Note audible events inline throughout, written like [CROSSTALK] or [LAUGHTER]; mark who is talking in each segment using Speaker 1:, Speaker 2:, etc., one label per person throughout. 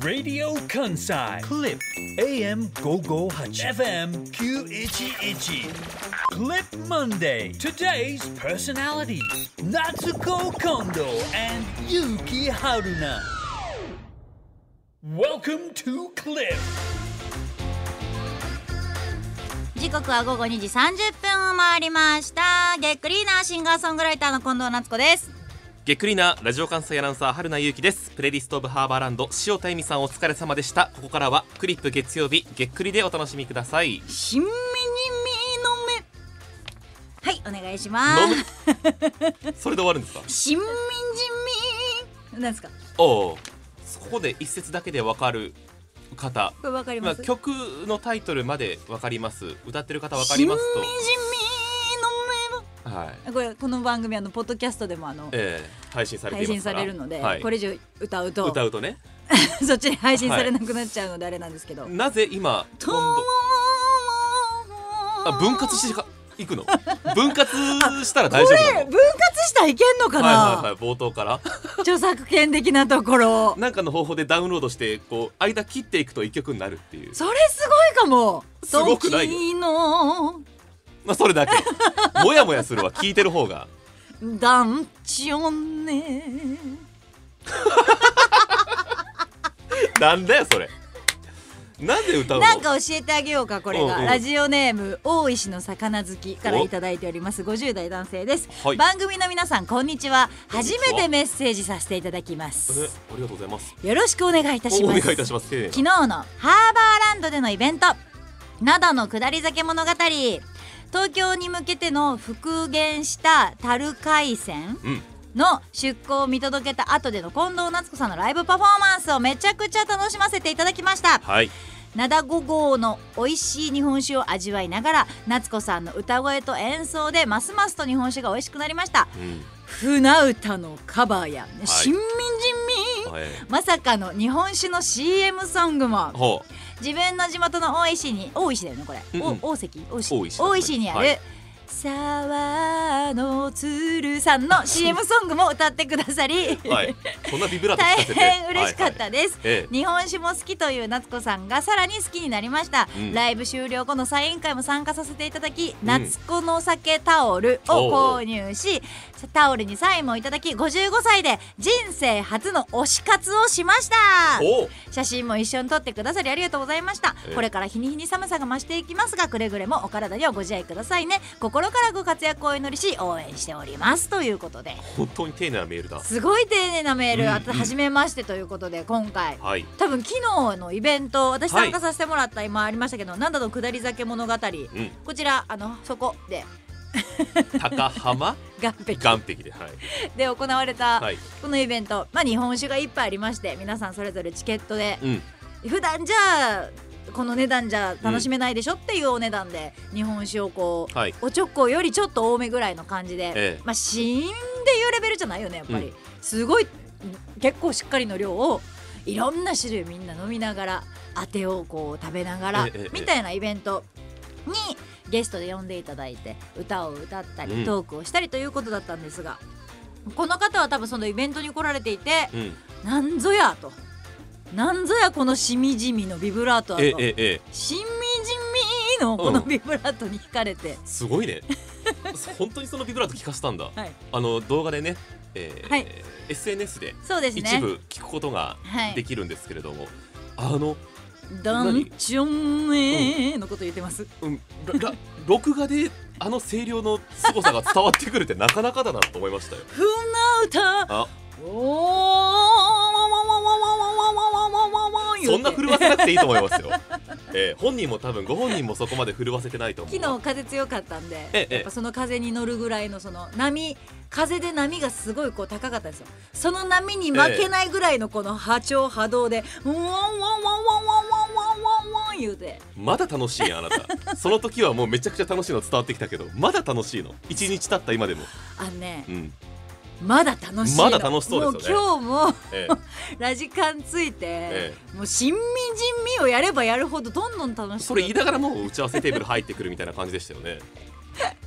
Speaker 1: Radio Kansai Clip AM 558 FM 911 Clip Monday Today's personality Natsuko Kondo and Yuki Haruna Welcome to Clip
Speaker 2: 時刻は午後2時30分を回りましたゲックリーナーシンガーソングライターの近藤夏子です
Speaker 3: げっくりなラジオ関西アナウンサー春名ゆうきですプレリストオブハーバーランド塩田恵美さんお疲れ様でしたここからはクリップ月曜日げっくりでお楽しみください
Speaker 2: しんみにみのめはいお願いします
Speaker 3: それで終わるんですか
Speaker 2: しんみんじみなんですか
Speaker 3: おおここで一節だけでわかる方
Speaker 2: これわかり
Speaker 3: ま
Speaker 2: ま
Speaker 3: あ
Speaker 2: す
Speaker 3: 曲のタイトルまでわかります歌ってる方わかります
Speaker 2: しんみんじみの
Speaker 3: とはい
Speaker 2: めこれこの番組あのポッドキャストでもあの
Speaker 3: ええ配信されて
Speaker 2: 配
Speaker 3: いま
Speaker 2: 信
Speaker 3: すか
Speaker 2: さ
Speaker 3: ら
Speaker 2: れるので、
Speaker 3: はい、
Speaker 2: これ以上歌うと
Speaker 3: 歌うとね
Speaker 2: [LAUGHS] そっちで配信されなくなっちゃうのであれなんですけど、
Speaker 3: なぜ今
Speaker 2: と
Speaker 3: 今度あ分割してかいくの分割したら大丈夫なの
Speaker 2: 分割したらいけんのかな、
Speaker 3: はいはいはい冒頭から
Speaker 2: 著作権的なところ
Speaker 3: なんかの方法でダウンロードしてこう間切っていくと一曲になるっていう、
Speaker 2: それすごいかも
Speaker 3: すごくないよ
Speaker 2: 時の
Speaker 3: まあ、それ
Speaker 2: [LAUGHS]
Speaker 3: だけもやもやするわ聞いてる方が
Speaker 2: 団地をね
Speaker 3: なんだよそれなんで歌うの
Speaker 2: なんか教えてあげようかこれが、
Speaker 3: うんうん
Speaker 2: ラジオネーム大石の魚好きからいただいております50代男性です、
Speaker 3: はい
Speaker 2: 番組の皆さんこんにちは
Speaker 3: こんにち
Speaker 2: 初
Speaker 3: は
Speaker 2: めてメッセージさせていただきま
Speaker 3: え
Speaker 2: す
Speaker 3: ありがとうございます
Speaker 2: よろしくお願いいたし
Speaker 3: おお
Speaker 2: ま
Speaker 3: 願い
Speaker 2: す
Speaker 3: いたします丁寧
Speaker 2: 昨
Speaker 3: な
Speaker 2: 日のハーバーランドでのイベント灘の下り酒物語東京に向けての復元した樽海鮮
Speaker 3: うん
Speaker 2: の出港を見届けた後での近藤夏子さんのライブパフォーマンスをめちゃくちゃ楽しませていただきました
Speaker 3: はい
Speaker 2: 灘五号の美味しい日本酒を味わいながら夏子さんの歌声と演奏でますますと日本酒が美味しくなりました
Speaker 3: うん
Speaker 2: 船歌のカバーや新民人民
Speaker 3: はい
Speaker 2: まさかの日本酒の CM ソングも
Speaker 3: ほ
Speaker 2: 自分の地元の大石に大石だよねこれ、
Speaker 3: うんうん
Speaker 2: お大関大石
Speaker 3: 大石
Speaker 2: 大石にある、
Speaker 3: はい
Speaker 2: 沢の鶴さん
Speaker 3: [LAUGHS]
Speaker 2: の CM ソングも歌ってくださり、
Speaker 3: うはいそんなビブラート
Speaker 2: 大
Speaker 3: 聞かせて
Speaker 2: 変嬉しかっ
Speaker 3: はいはい
Speaker 2: たです、
Speaker 3: ええ
Speaker 2: 日本酒も好きという夏子さんがさらに好きになりました、
Speaker 3: うん
Speaker 2: ライブ終了後のサイン会も参加させていただき、
Speaker 3: ん
Speaker 2: 夏子の酒タオルを購入しタオルにサインもいただき55歳で人生初の推し活をしました
Speaker 3: おう
Speaker 2: 写真も一緒に撮ってくださりありがとうございました
Speaker 3: ええ
Speaker 2: これから日に日に寒さが増していきますがくれぐれもお体にはご自愛くださいね心からご活躍をお祈りし応援しておりますということで
Speaker 3: 本当に丁寧なメールだ
Speaker 2: すごい丁寧なメール、
Speaker 3: うん
Speaker 2: あと初めましてということで今回
Speaker 3: はい
Speaker 2: 多分昨日のイベント私
Speaker 3: は
Speaker 2: 参
Speaker 3: い
Speaker 2: 加させてもらった今ありましたけど「なんだの下り酒物語」
Speaker 3: うん
Speaker 2: こちらあのそこで
Speaker 3: 高
Speaker 2: [LAUGHS]
Speaker 3: 浜
Speaker 2: 岩壁
Speaker 3: 岸壁ではい
Speaker 2: で行われた
Speaker 3: はい
Speaker 2: このイベント、まあ、日本酒がいっぱいありまして皆さんそれぞれチケットで
Speaker 3: うん
Speaker 2: 普段じゃあこの値段じゃ楽しめないでしょっていうお値段で日本酒をこう、
Speaker 3: はい
Speaker 2: おちょこよりちょっと多めぐらいの感じで、
Speaker 3: ええ
Speaker 2: まあ死んでいうレベルじゃないよねやっぱり、
Speaker 3: うん
Speaker 2: すごい結構しっかりの量をいろんな種類みんな飲みながらあてをこう食べながら、
Speaker 3: ええええ
Speaker 2: みたいなイベントにゲストで呼んでいただいて歌を歌ったり、
Speaker 3: うん
Speaker 2: トークをしたりということだったんですがこの方は多分そのイベントに来られていて、
Speaker 3: うん
Speaker 2: なんぞやと。なんぞやこのしみじみのビブラートはと
Speaker 3: ええええ
Speaker 2: しみじみのこの
Speaker 3: うん
Speaker 2: ビブラートに惹かれて、
Speaker 3: すごいね本当にそのビブラート聞かせたんだ
Speaker 2: はい、
Speaker 3: あの動画でね、えー
Speaker 2: はい
Speaker 3: SNS で
Speaker 2: そうですね
Speaker 3: 一部聞くことが
Speaker 2: は
Speaker 3: で
Speaker 2: い
Speaker 3: きるんですけれども、あの、
Speaker 2: ダンチョンねーのこと言ってます、
Speaker 3: うん、らら [LAUGHS] 録画であの声量の凄さが伝わってくるってなかなかだなと思いましたよ。
Speaker 2: 船歌
Speaker 3: あ
Speaker 2: おーわわわわわわわわわわわわ言うて
Speaker 3: そんな震わせなくていいと思いますよ。 [LAUGHS] えー本人も多分ご本人もそこまで震わせてないと思う
Speaker 2: 昨
Speaker 3: わ。
Speaker 2: 日風強かったんで、
Speaker 3: ええ
Speaker 2: やっぱその風に乗るぐらいのその波風で波がすごいこう高かったんですよその波に負けないぐらいのこの波長波動で「ワンワンワンワンワンワンワンワン」言うて
Speaker 3: まだ楽しいやんあな
Speaker 2: [LAUGHS]
Speaker 3: た。その時はもうめちゃくちゃ楽しいの伝わってきたけど、まだ楽しいの。一日経った今でも。
Speaker 2: あのね
Speaker 3: うん。
Speaker 2: まだ楽しいの
Speaker 3: まだ楽しそうですよ
Speaker 2: もう今日も
Speaker 3: えー
Speaker 2: ラジカンついて、
Speaker 3: え
Speaker 2: もう親身人味をやればやるほどどんどん楽しく
Speaker 3: それ言いながらもう打ち合わせテーブル入ってくるみたいな感じでしたよね。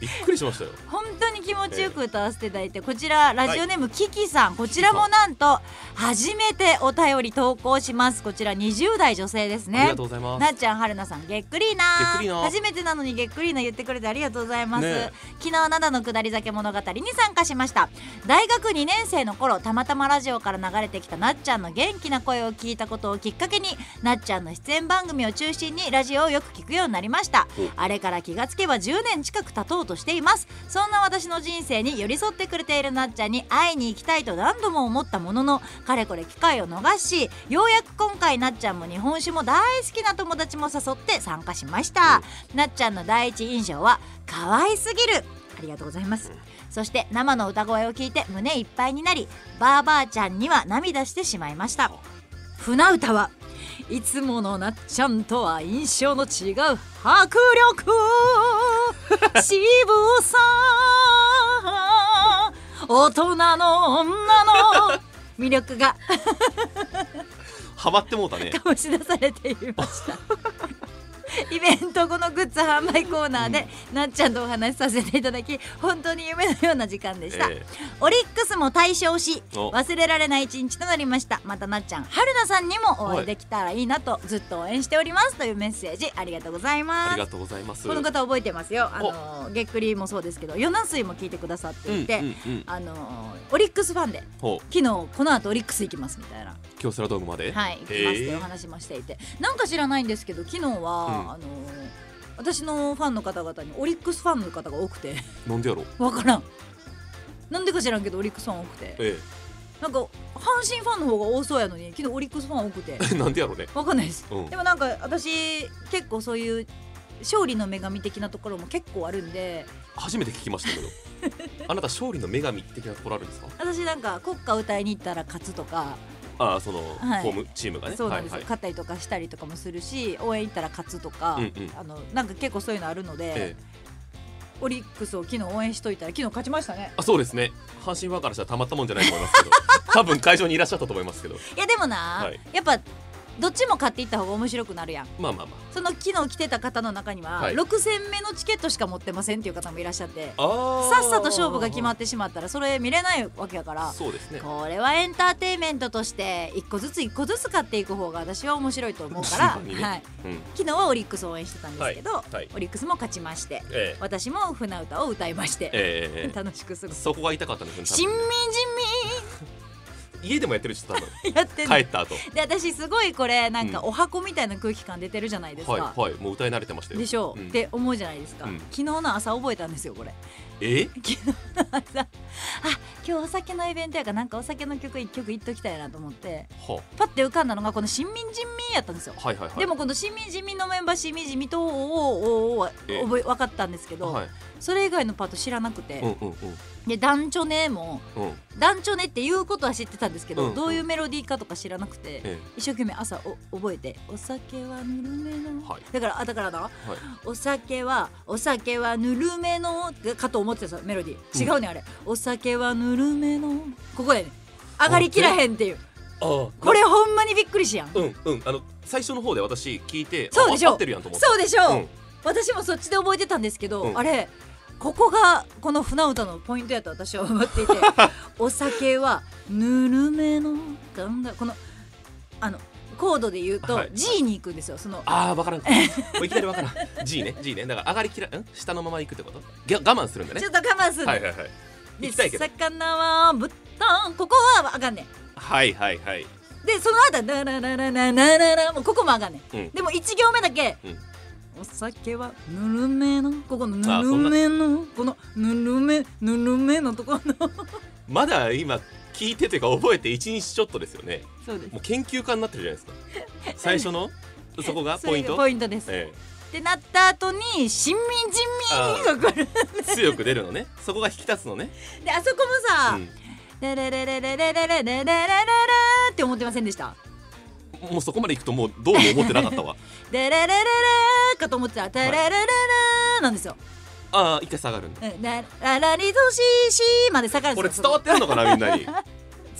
Speaker 3: びっくりしましたよ
Speaker 2: 本当に気持ちよく歌わせていただいてこちらラジオネームキキさんこちらもなんと初めてお便り投稿しますこちら20代女性です
Speaker 3: あり
Speaker 2: ね
Speaker 3: がとうございます
Speaker 2: なっちゃんはるなさんげっくりーな
Speaker 3: げっくりーな
Speaker 2: 初めてなのにげっくりーな言ってくれてありがとうございます、
Speaker 3: ね
Speaker 2: 昨日灘の下り酒物語に参加しました大学2年生の頃たまたまラジオから流れてきたなっちゃんの元気な声を聞いたことをきっかけになっちゃんの出演番組を中心にラジオをよく聞くようになりました
Speaker 3: お
Speaker 2: あれから気がつけば10年近く経とうとしていますそんな私の人生に寄り添ってくれているなっちゃんに会いに行きたいと何度も思ったもののかれこれ機会を逃しようやく今回なっちゃんも日本酒も大好きな友達も誘って参加しました、なっちゃんの第一印象は可愛すぎるありがとうございます、そして生の歌声を聞いて胸いっぱいになりばあばあちゃんには涙してしまいました船歌はいつものなっちゃんとは印象の違う迫
Speaker 3: [LAUGHS]
Speaker 2: 力渋さ大人の女の魅力が
Speaker 3: ハマってもう
Speaker 2: [LAUGHS]
Speaker 3: たね
Speaker 2: 醸し出されていました
Speaker 3: [LAUGHS]
Speaker 2: イベント後のグッズ販売コーナーで、なっちゃんとお話しさせていただき本当に夢のような時間でした、 [LAUGHS]
Speaker 3: え
Speaker 2: オリックスも大勝し
Speaker 3: お
Speaker 2: 忘れられない一日となりましたまたなっちゃん春菜さんにもお会いできたらいいなとずっと応援しておりますというメッセージありがとうござい
Speaker 3: あ
Speaker 2: ま
Speaker 3: りが
Speaker 2: す
Speaker 3: とうございます
Speaker 2: この方覚えてますよあのげっくりもそうですけどヨナスイも聞いてくださっていて、
Speaker 3: うんうんうん
Speaker 2: あのオリックスファンで
Speaker 3: ほう
Speaker 2: 昨日この後オリックス行きますみたいな
Speaker 3: 京セラドームまで
Speaker 2: はい、行きますと
Speaker 3: へ
Speaker 2: い
Speaker 3: え
Speaker 2: う話もしていて、なんか知らないんですけど、昨日は、
Speaker 3: ん
Speaker 2: あのー。私のファンの方々にオリックスファンの方が多くて [LAUGHS]
Speaker 3: なんでやろう
Speaker 2: わからんなんでか知らんけどオリックスファン多くて
Speaker 3: え
Speaker 2: なんか阪神ファンの方が多そうやのに昨日オリックスファン多 [LAUGHS] くて
Speaker 3: え [LAUGHS] なんでやろうね
Speaker 2: わかんないです
Speaker 3: うん
Speaker 2: でもなんか私結構そういう勝利の女神的なところも結構あるんで
Speaker 3: 初めて聞きましたけど
Speaker 2: [LAUGHS]
Speaker 3: あなた勝利の女神的なところあるんですか
Speaker 2: 私なんか国歌歌いに行ったら勝つとか
Speaker 3: ああその、
Speaker 2: はい
Speaker 3: ホームチームがね
Speaker 2: そうなんですよ、
Speaker 3: はいはい
Speaker 2: 勝ったりとかしたりとかもするし応援行ったら勝つとか、
Speaker 3: うんうん
Speaker 2: あのなんか結構そういうのあるので、
Speaker 3: ええ
Speaker 2: オリックスを昨日応援しといたら昨日勝ちましたね
Speaker 3: あそうですね阪神ファンからしたらたまったもんじゃないと思います
Speaker 2: [LAUGHS]
Speaker 3: けど多分会場にいらっしゃったと思いますけど
Speaker 2: いやでもな、
Speaker 3: はい
Speaker 2: やっぱどっちも買っていった方が面白くなるやん
Speaker 3: まあまあま
Speaker 2: その昨日来てた方の中には、
Speaker 3: はい
Speaker 2: 6戦目のチケットしか持ってませんっていう方もいらっしゃって
Speaker 3: ああー
Speaker 2: さっさと勝負が決まってしまったらそれ見れないわけやから
Speaker 3: そうですね
Speaker 2: これはエンターテインメントとして一個ずつ一個ずつ買っていく方が私は面白いと思う
Speaker 3: [LAUGHS]
Speaker 2: から、
Speaker 3: 順番にね
Speaker 2: はい、
Speaker 3: うん
Speaker 2: 昨日はオリックスを応援してたんですけど、
Speaker 3: いはい
Speaker 2: オリックスも勝ちまして
Speaker 3: ええ
Speaker 2: 私も船歌を歌いまして、
Speaker 3: ええ
Speaker 2: 楽しく過ごす
Speaker 3: そこが痛かったんですよね
Speaker 2: し
Speaker 3: 多
Speaker 2: んみ
Speaker 3: 分家でもやってる
Speaker 2: [LAUGHS]
Speaker 3: 人多分
Speaker 2: じみやってんの
Speaker 3: 帰った後
Speaker 2: で私すごいこれなんか
Speaker 3: う
Speaker 2: お箱みたいな空気感出てるじゃないですか、
Speaker 3: はいはいもう歌い慣れてましたよ
Speaker 2: でしょう、
Speaker 3: ん
Speaker 2: って思うじゃないですか、
Speaker 3: うん
Speaker 2: 昨日の朝覚えたんですよこれ
Speaker 3: え
Speaker 2: 昨日の朝あ今日お酒のイベントやからなんかお酒の曲一曲言っときたいなと思って
Speaker 3: は
Speaker 2: パッて浮かんだのがこの「新民人民」やったんですよ、
Speaker 3: はいはいはい
Speaker 2: でもこの「新民人民」のメンバー「しみじみ」と「おーおーおー
Speaker 3: ええ
Speaker 2: おー」覚え分かったんですけど、
Speaker 3: はい
Speaker 2: それ以外のパート知らなくて、
Speaker 3: うんうんうん
Speaker 2: で「団長ね」も
Speaker 3: うん
Speaker 2: 「団長ね」っていうことは知ってたんですけど、
Speaker 3: うんうん
Speaker 2: どういうメロディーかとか知らなくて、
Speaker 3: え
Speaker 2: 一生懸命朝お覚えて「お酒はぬるめの」
Speaker 3: はい
Speaker 2: だからあだからな
Speaker 3: えはい
Speaker 2: 「お酒はお酒はぬるめの」かと思ってたそのメロディー違うね、あれ「お酒はぬるめの」ここやね上がりきらへんっていう
Speaker 3: ああ
Speaker 2: これほんまにびっくりしやん、
Speaker 3: うんうんあの最初の方で私聞いて
Speaker 2: そうでしょ
Speaker 3: あ合ってるやんと思って
Speaker 2: そうでしょう、
Speaker 3: うん
Speaker 2: 私もそっちで覚えてたんですけど、
Speaker 3: うん
Speaker 2: あれここがこの船歌のポイントやと私は思っていてお酒はぬるめのガンダこのあのコードで言うと
Speaker 3: はい
Speaker 2: G に行くんですよその
Speaker 3: ああ分からんもう
Speaker 2: [LAUGHS]
Speaker 3: いきなり分からん G ね G ねだから上がりきらん下のまま行くってことぎゃ我慢するんだね
Speaker 2: ちょっと我慢するの、
Speaker 3: はいはいはい
Speaker 2: で
Speaker 3: 行きたいけど
Speaker 2: 魚はぶったんここはあかんねん
Speaker 3: はいはいはい
Speaker 2: でその後ダラララララララもうここもあかんねん、
Speaker 3: うん
Speaker 2: でも1行目だけ、
Speaker 3: うん
Speaker 2: お酒はぬるめのここの
Speaker 3: あ
Speaker 2: ぬ
Speaker 3: そ
Speaker 2: る
Speaker 3: んな
Speaker 2: めのこのぬるめぬるめのところの
Speaker 3: まだ今聞いてというか覚えて一日ちょっとですよね
Speaker 2: そうです
Speaker 3: もう研究家になってるじゃないですか最初のそこがポ
Speaker 2: [LAUGHS]
Speaker 3: イン
Speaker 2: それが
Speaker 3: ト
Speaker 2: ポイントです、
Speaker 3: え
Speaker 2: ってなった後にしんみじみが来る
Speaker 3: え、強く出るのねそこが引き立つのね、
Speaker 2: であそこもさ
Speaker 3: うん
Speaker 2: 「レレレレレレレレレレレレ」って思ってませんでした
Speaker 3: もうそこまで行くともうどうも思ってなかったわ
Speaker 2: 「レレレレレ」かと思ってたら「レレレレレ」なんですよ
Speaker 3: ああ一回下がるんだ
Speaker 2: うんラララリゾシーシーまで下がるん
Speaker 3: こ
Speaker 2: で
Speaker 3: れ
Speaker 2: す
Speaker 3: 伝
Speaker 2: よ
Speaker 3: わってるのかなみんなに伝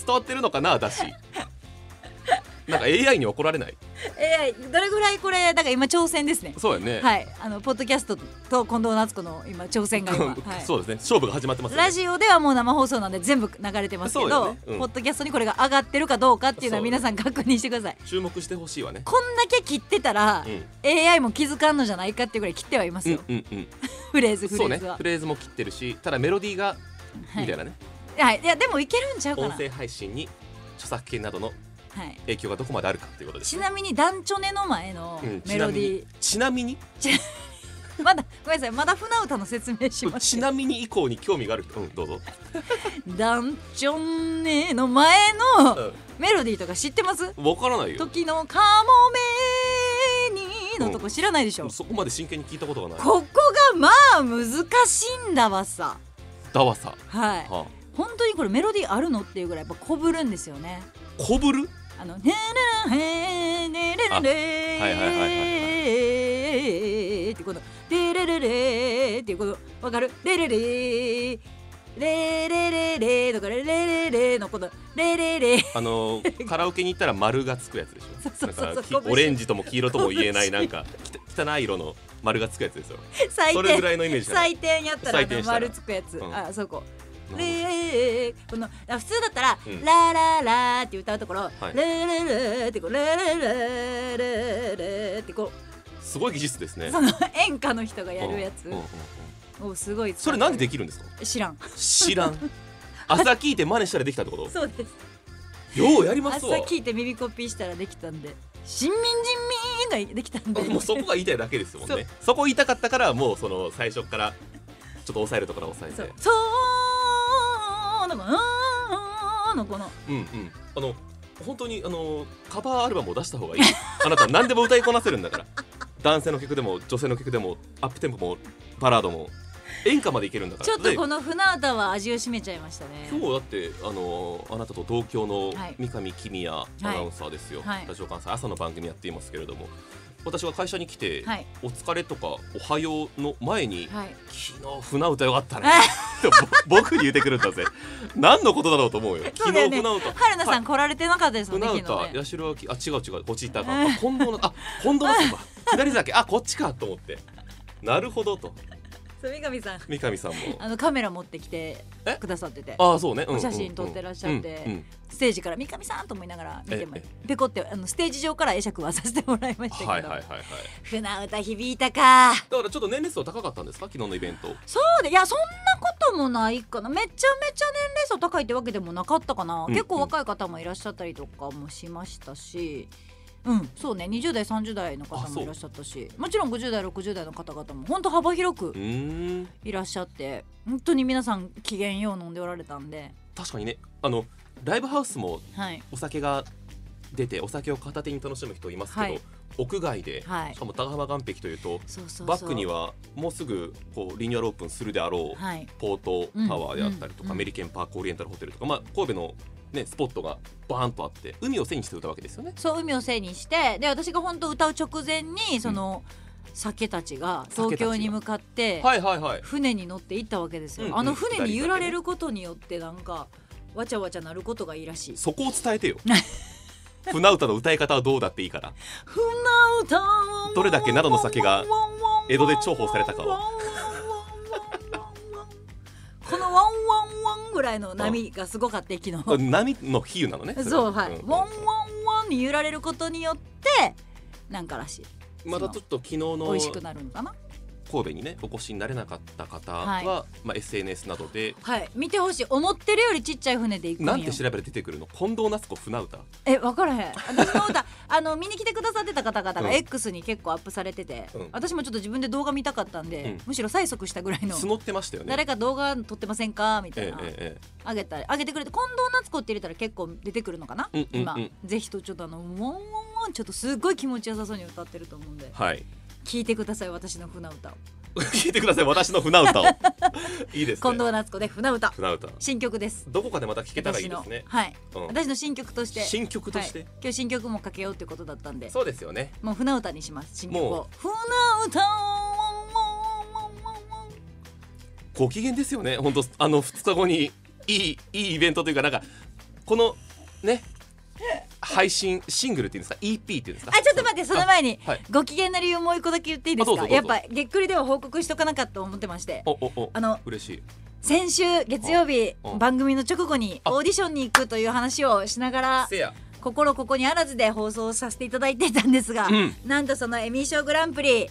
Speaker 3: わってるのかなだしなんか AI に怒られない
Speaker 2: えーどれぐらいこれだから今挑戦ですね
Speaker 3: そうやね、 [LAUGHS]
Speaker 2: はいあのポッドキャストと近藤夏子の今挑戦が今、はい、
Speaker 3: そうですね勝負が始まってますよね
Speaker 2: ラジオではもう生放送なんで全部流れてますけ
Speaker 3: そうよ
Speaker 2: ど、
Speaker 3: ねうん
Speaker 2: ポッドキャストにこれが上がってるかどうかっていうのは皆さん確認してください
Speaker 3: 注目してほしいわね
Speaker 2: こんだけ切ってたら、AI も気づかんのじゃないかっていうぐらい切ってはいます
Speaker 3: うん
Speaker 2: よ、
Speaker 3: うんうん
Speaker 2: フレーズフレ
Speaker 3: そう
Speaker 2: ー
Speaker 3: ね
Speaker 2: ズは、
Speaker 3: フレーズも切ってるしただメロディーがみたいなね、
Speaker 2: はい、いやでもいけるんちゃうかな
Speaker 3: 音声配信に著作権などの
Speaker 2: はい、
Speaker 3: 影響がどこまであるかということです
Speaker 2: ちなみにダンチョネの前の
Speaker 3: うん
Speaker 2: メロディー、
Speaker 3: ちなみに
Speaker 2: まだごめんなさいまだ船歌の説明し
Speaker 3: ちなみに
Speaker 2: ます
Speaker 3: ちなみに以降に興味がある人、うん、どうぞ、
Speaker 2: ダンチョネの前の
Speaker 3: う
Speaker 2: メロディーとか知ってます
Speaker 3: ん、分からないよ
Speaker 2: 時のカモメにのとこ知らないでしょ、
Speaker 3: そこまで真剣に聞いたことがない
Speaker 2: ここがまあ難しいんだわさ
Speaker 3: だわさ、
Speaker 2: はい
Speaker 3: はあ、
Speaker 2: 本当にこれメロディーあるのっていうぐらいやっぱこぶるんですよね
Speaker 3: こぶる
Speaker 2: あの「ねれれれねれれれ」
Speaker 3: あはいはいはい
Speaker 2: ってこの「でれれれ」っていうこのわかる「れれれ」「れれれれ」とか「れれれれ」のこの「れれれ [LAUGHS]
Speaker 3: あのーカラオケに行ったら丸がつくやつでしょ
Speaker 2: そうそうそう
Speaker 3: なんかき
Speaker 2: 拳
Speaker 3: オレンジとも黄色とも言
Speaker 2: [LAUGHS]
Speaker 3: えないなんかきた汚い色の丸がつくやつですよ」そ
Speaker 2: 採
Speaker 3: れぐら
Speaker 2: 点
Speaker 3: いのイメージじゃない
Speaker 2: 採点やったらあ
Speaker 3: 採点
Speaker 2: の
Speaker 3: したら
Speaker 2: 丸つくやつ
Speaker 3: うん
Speaker 2: あそこ
Speaker 3: なるほど
Speaker 2: レーこのあ普通だったら「
Speaker 3: うん
Speaker 2: ラララ」って歌うところ「
Speaker 3: はい
Speaker 2: レレレ」ってこう「レレレレレ」ってこ
Speaker 3: すごい技術ですね
Speaker 2: うその演歌の人がやるやつ
Speaker 3: うんうんうんうん
Speaker 2: をすごい
Speaker 3: それなんでできるんですか
Speaker 2: 知らん
Speaker 3: 知らん
Speaker 2: [LAUGHS]
Speaker 3: 朝聞いて真似したらできたってこと
Speaker 2: そうです
Speaker 3: ようやります
Speaker 2: 朝
Speaker 3: わ
Speaker 2: 聞いて耳コピーしたらできたんで「新民人民」ができたんで
Speaker 3: もうそこが言いたいだけで
Speaker 2: [LAUGHS]
Speaker 3: すもんねそこ言いたかったからもうその最初からちょっと抑えるところは抑
Speaker 2: そ
Speaker 3: え
Speaker 2: う
Speaker 3: て
Speaker 2: そうのこの「うん」のこの
Speaker 3: うんうんあの本当にあのカバーアルバムを出した方がいい [LAUGHS] あなた何でも歌いこなせるんだから男性の曲でも女性の曲でもアップテンポもバラードも演歌までいけるんだから
Speaker 2: ちょっとこ
Speaker 3: で
Speaker 2: の船歌は味を占めちゃいましたね
Speaker 3: 今日だってあのあなたと同郷の
Speaker 2: はい
Speaker 3: 三上公也アナウンサーですよ、
Speaker 2: はい
Speaker 3: ラジオ関西朝の番組やっていますけれども私は会社に来て、
Speaker 2: はい
Speaker 3: お疲れとかおはようの前に、
Speaker 2: はい
Speaker 3: 昨日船歌よかったねってぼ僕に言ってくるんだぜ何のことだろうと思うよ
Speaker 2: そう
Speaker 3: 昨
Speaker 2: だ
Speaker 3: 日
Speaker 2: よ
Speaker 3: 船
Speaker 2: ね [LAUGHS]
Speaker 3: 歌、
Speaker 2: 春菜さん
Speaker 3: は
Speaker 2: 来られてなかったで
Speaker 3: い
Speaker 2: すもんね
Speaker 3: 船歌
Speaker 2: 昨日ね
Speaker 3: 八代明あ違う違うこっち行ったらあかんあ近藤のあ近藤の
Speaker 2: [LAUGHS]
Speaker 3: そうか左酒あこっちかと思ってなるほどと
Speaker 2: そう三上さん
Speaker 3: 三上さんも
Speaker 2: あのカメラ持ってきて
Speaker 3: え
Speaker 2: くださってて
Speaker 3: ああそうね、うんうんうん
Speaker 2: お写真撮ってらっしゃって
Speaker 3: うんうん
Speaker 2: ステージから三上さんと思いながら見ても
Speaker 3: え
Speaker 2: ペコってあのステージ上から会釈はさせてもらいましたけど、
Speaker 3: はいはいはいはい
Speaker 2: 船歌響いたか
Speaker 3: だからちょっと年齢層高かったんですか昨日のイベント
Speaker 2: そうでいやそんなこともないかなめちゃめちゃ年齢層高いってわけでもなかったかな、
Speaker 3: うん
Speaker 2: 結構若い方もいらっしゃったりとかもしましたしうんそうね20代30代の
Speaker 3: あ
Speaker 2: 方
Speaker 3: そ
Speaker 2: も
Speaker 3: う
Speaker 2: いらっしゃったしもちろん50代60代の方々も本当幅広く
Speaker 3: うーん
Speaker 2: いらっしゃって本当に皆さん機嫌よう飲んでおられたんで
Speaker 3: 確かにねあのライブハウスも
Speaker 2: はい
Speaker 3: お酒が出てお酒を片手に楽しむ人いますけど、
Speaker 2: はい
Speaker 3: 屋外で、
Speaker 2: はい
Speaker 3: しかも高浜岸壁というと
Speaker 2: そうそうそう
Speaker 3: バックにはもうすぐこうリニューアルオープンするであろう、
Speaker 2: はい
Speaker 3: ポートタワーであったりと
Speaker 2: うんう
Speaker 3: か、
Speaker 2: ん
Speaker 3: アメリケンパークオリエンタルホテルとか、まあ、神戸の、ね、スポットがバーンとあって海を背にして歌うわけですよね。
Speaker 2: そう海を背にしてで私が本当歌う直前にその、酒たちが東京に向かって
Speaker 3: はいはいはい、
Speaker 2: 船に乗って行ったわけですよ、
Speaker 3: うんうん
Speaker 2: あの船に揺られることによってなんかわちゃわちゃなることがいいらしい
Speaker 3: そこを伝えてよ [LAUGHS] 船歌の歌い方はどうだっていいから
Speaker 2: 船歌を
Speaker 3: どれだけ灘の酒が江戸で重宝されたかを
Speaker 2: [LAUGHS] このワンワンワンぐらいの波がすごかった昨日
Speaker 3: 波の比喩なのねれ
Speaker 2: そうはい、
Speaker 3: んん
Speaker 2: ワンワンワンに揺られることによってなんからしい
Speaker 3: またちょっと昨日
Speaker 2: 美味しく
Speaker 3: の
Speaker 2: なるのかな
Speaker 3: 神戸にねお越しになれなかった方は、
Speaker 2: はい
Speaker 3: まあ、SNS などで
Speaker 2: はい見てほしい思ってるよりちっちゃい船で行くんよ
Speaker 3: なんて調べて出てくるの近藤夏子船歌
Speaker 2: え分からへん私の歌 [LAUGHS] あの見に来てくださってた方々
Speaker 3: う
Speaker 2: が
Speaker 3: ん
Speaker 2: X に結構アップされてて、
Speaker 3: うん
Speaker 2: 私もちょっと自分で動画見たかったんで、
Speaker 3: うん
Speaker 2: むしろ催促したぐらいの
Speaker 3: 募ってましたよね
Speaker 2: 誰か動画撮ってませんかみた
Speaker 3: え
Speaker 2: い
Speaker 3: え
Speaker 2: な、
Speaker 3: ええ
Speaker 2: あげたりあげてくれて近藤夏子って入れたら結構出てくるのかな、
Speaker 3: うんうんうん
Speaker 2: 今ぜひとちょっとあの「ウォンウォンウォン」ちょっとすっごい気持ちよさそうに歌ってると思うんで
Speaker 3: はい [LAUGHS]
Speaker 2: 聞いてください私の船歌を
Speaker 3: 聞いてください私の船
Speaker 2: [LAUGHS]
Speaker 3: 歌をいいです
Speaker 2: 近
Speaker 3: ね
Speaker 2: 藤夏子で船歌
Speaker 3: 船歌
Speaker 2: 新曲です
Speaker 3: どこかでまた聞けたらいいですね
Speaker 2: 私のはい、
Speaker 3: うん
Speaker 2: 私の新曲として
Speaker 3: 新曲として、
Speaker 2: はい、今日新曲もかけようってことだったんで
Speaker 3: そうですよね
Speaker 2: もう船歌にします新曲
Speaker 3: も
Speaker 2: を船歌を
Speaker 3: ご機嫌ですよね本当あの2日後にいいいいイベントというかなんかこのね配信シングルっていうんですか EP っていうんですか
Speaker 2: あちょっと待ってその前に、
Speaker 3: はい
Speaker 2: ご機嫌な理由もう一個だけ言っていいで
Speaker 3: あ
Speaker 2: す
Speaker 3: どうぞ
Speaker 2: か
Speaker 3: どうぞ
Speaker 2: やっぱげっくりでは報告しとかなかったと思ってまして
Speaker 3: おおお
Speaker 2: あの
Speaker 3: 嬉しい
Speaker 2: 先週月曜日
Speaker 3: うん
Speaker 2: 番組の直後に
Speaker 3: あ
Speaker 2: オーディションに行くという話をしながら
Speaker 3: せや
Speaker 2: 心ここにあらずで放送させていただいていたんですが、
Speaker 3: うん
Speaker 2: なんとそのエミー賞グランプリ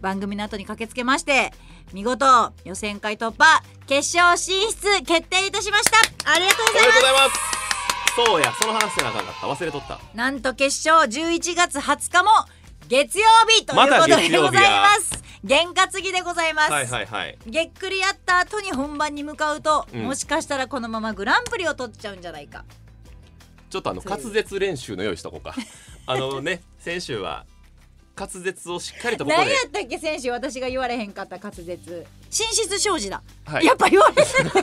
Speaker 2: 番組の後に駆けつけまして見事予選会突破決勝進出決定いたしましたありがとうご
Speaker 3: お
Speaker 2: ざ
Speaker 3: め
Speaker 2: い
Speaker 3: で
Speaker 2: ま
Speaker 3: とう
Speaker 2: す
Speaker 3: ございますそうやその話せなあかんかった忘れとった
Speaker 2: なんと決勝11月20日も月曜日ということ
Speaker 3: まだ月
Speaker 2: で
Speaker 3: 曜
Speaker 2: ご
Speaker 3: 日
Speaker 2: ざい
Speaker 3: や
Speaker 2: ます験担ぎでございます、
Speaker 3: はいはいはい
Speaker 2: げっくりやった後に本番に向かうと、
Speaker 3: うん
Speaker 2: もしかしたらこのままグランプリを取っちゃうんじゃないか
Speaker 3: ちょっとあの
Speaker 2: そう
Speaker 3: 滑舌練習の用意しとこう
Speaker 2: [LAUGHS]
Speaker 3: かあのね先週は滑舌をしっかりとここ
Speaker 2: 何
Speaker 3: で
Speaker 2: やったっけ選手私が言われへんかった滑舌進出障子だ、
Speaker 3: はい
Speaker 2: やっぱ言われてる [LAUGHS]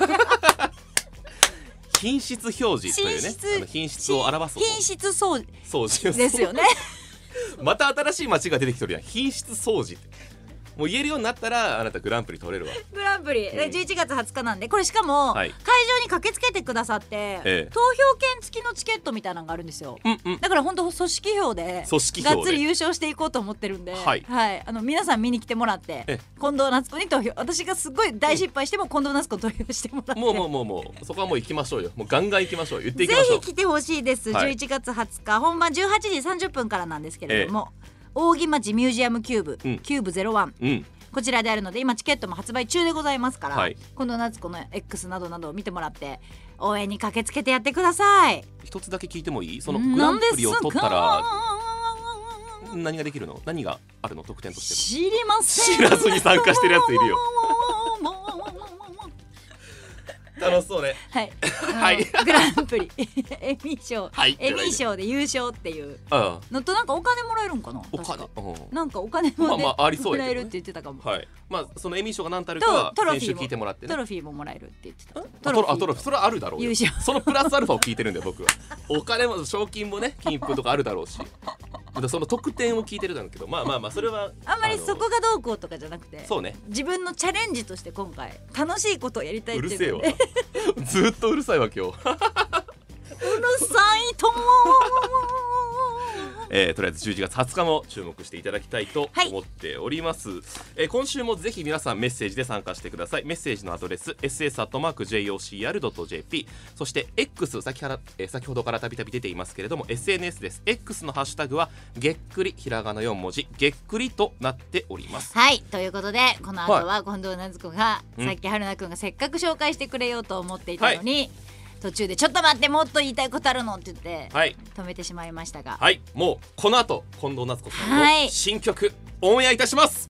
Speaker 3: 品質表示というねあの品質を表す音
Speaker 2: 品質掃
Speaker 3: 掃除
Speaker 2: 除ですよね
Speaker 3: [LAUGHS] また新しい街が出てきてるやん品質掃除ってもう言えるようになったらあなたグランプリ取れるわ
Speaker 2: グランプリ、
Speaker 3: うん
Speaker 2: 11月20日なんでこれしかも、
Speaker 3: はい
Speaker 2: 会場に駆けつけてくださって、
Speaker 3: ええ
Speaker 2: 投票券付きのチケットみたいなのがあるんですよ、
Speaker 3: うんうん
Speaker 2: だから本当組織票で
Speaker 3: 組織票で
Speaker 2: がっつり優勝していこうと思ってるんで、
Speaker 3: はい
Speaker 2: あの皆さん見に来てもらって
Speaker 3: え
Speaker 2: 近藤夏子に投票私がすごい大失敗しても近藤夏子に投票してもらって
Speaker 3: もうもうもうもうそこはもう行きましょうよもうガンガン行きましょう言っていき
Speaker 2: ぜ
Speaker 3: ましょう
Speaker 2: ひ来てほしいです、
Speaker 3: はい
Speaker 2: 11月20日本番18時30分からなんですけれども、扇町ミュージアムキューブ、
Speaker 3: うん
Speaker 2: キューブ01
Speaker 3: うん
Speaker 2: こちらであるので今チケットも発売中でございますから、
Speaker 3: はい
Speaker 2: 近藤夏子の X などなどを見てもらって応援に駆けつけてやってください
Speaker 3: 一つだけ聞いてもいいそのグランプリを取ったら
Speaker 2: なんですか
Speaker 3: 何ができるの何があるの得点として
Speaker 2: 知りません
Speaker 3: 知らずに参加してるやついるよ
Speaker 2: [LAUGHS]
Speaker 3: は楽しそうね
Speaker 2: はい、
Speaker 3: [LAUGHS] はい
Speaker 2: あのグランプリ [LAUGHS] エミー賞、
Speaker 3: はい
Speaker 2: エミー賞で優勝っていう
Speaker 3: ああ
Speaker 2: のとなんかお金もらえるんかな
Speaker 3: お
Speaker 2: 確か
Speaker 3: 金うん
Speaker 2: なんかお金もね、
Speaker 3: まあまあありそうや
Speaker 2: もら
Speaker 3: け
Speaker 2: え
Speaker 3: ど
Speaker 2: る
Speaker 3: ね
Speaker 2: って言ってたかも、
Speaker 3: はいまあそのエミー賞が何たるかは
Speaker 2: とトロフィ
Speaker 3: 先
Speaker 2: ー
Speaker 3: 週
Speaker 2: も
Speaker 3: 聞いてもらってね
Speaker 2: トロフィーももらえるって言ってた
Speaker 3: あトロあトロフィーそれはあるだろうよ
Speaker 2: 優勝
Speaker 3: そのプラスアルファを聞いてるんだよ僕はお金も賞金もね金粉とかあるだろうしでその得点を聞いてるんだけどまあまあまあそれは
Speaker 2: あんまり
Speaker 3: の
Speaker 2: そこがどうこうとかじゃなくて
Speaker 3: そうね
Speaker 2: 自分のチャレンジとして今回楽しいことをやりたいっ
Speaker 3: う
Speaker 2: てい
Speaker 3: る
Speaker 2: う
Speaker 3: せえ
Speaker 2: の
Speaker 3: わ
Speaker 2: で
Speaker 3: ずっとうるさいわ今日
Speaker 2: うるさいと思う
Speaker 3: えー、とりあえず11月20日も注目していただきたいと
Speaker 2: はい
Speaker 3: 思っております、えー今週もぜひ皆さんメッセージで参加してくださいメッセージのアドレス ss.jocr.jp そして X 先から、えー先ほどからたびたび出ていますけれども SNS です X のハッシュタグはげっくりひらがな4文字げっくりとなっております
Speaker 2: はいということでこの後は近藤夏子が、さっき春菜くんがせっかく紹介してくれようと思っていたのに、途中で「ちょっと待ってもっと言いたいことあるの」って言って
Speaker 3: はい
Speaker 2: 止めてしまいましたが、
Speaker 3: はいもうこの後近藤夏子さん
Speaker 2: は
Speaker 3: の
Speaker 2: い
Speaker 3: 新曲、オンエアいたします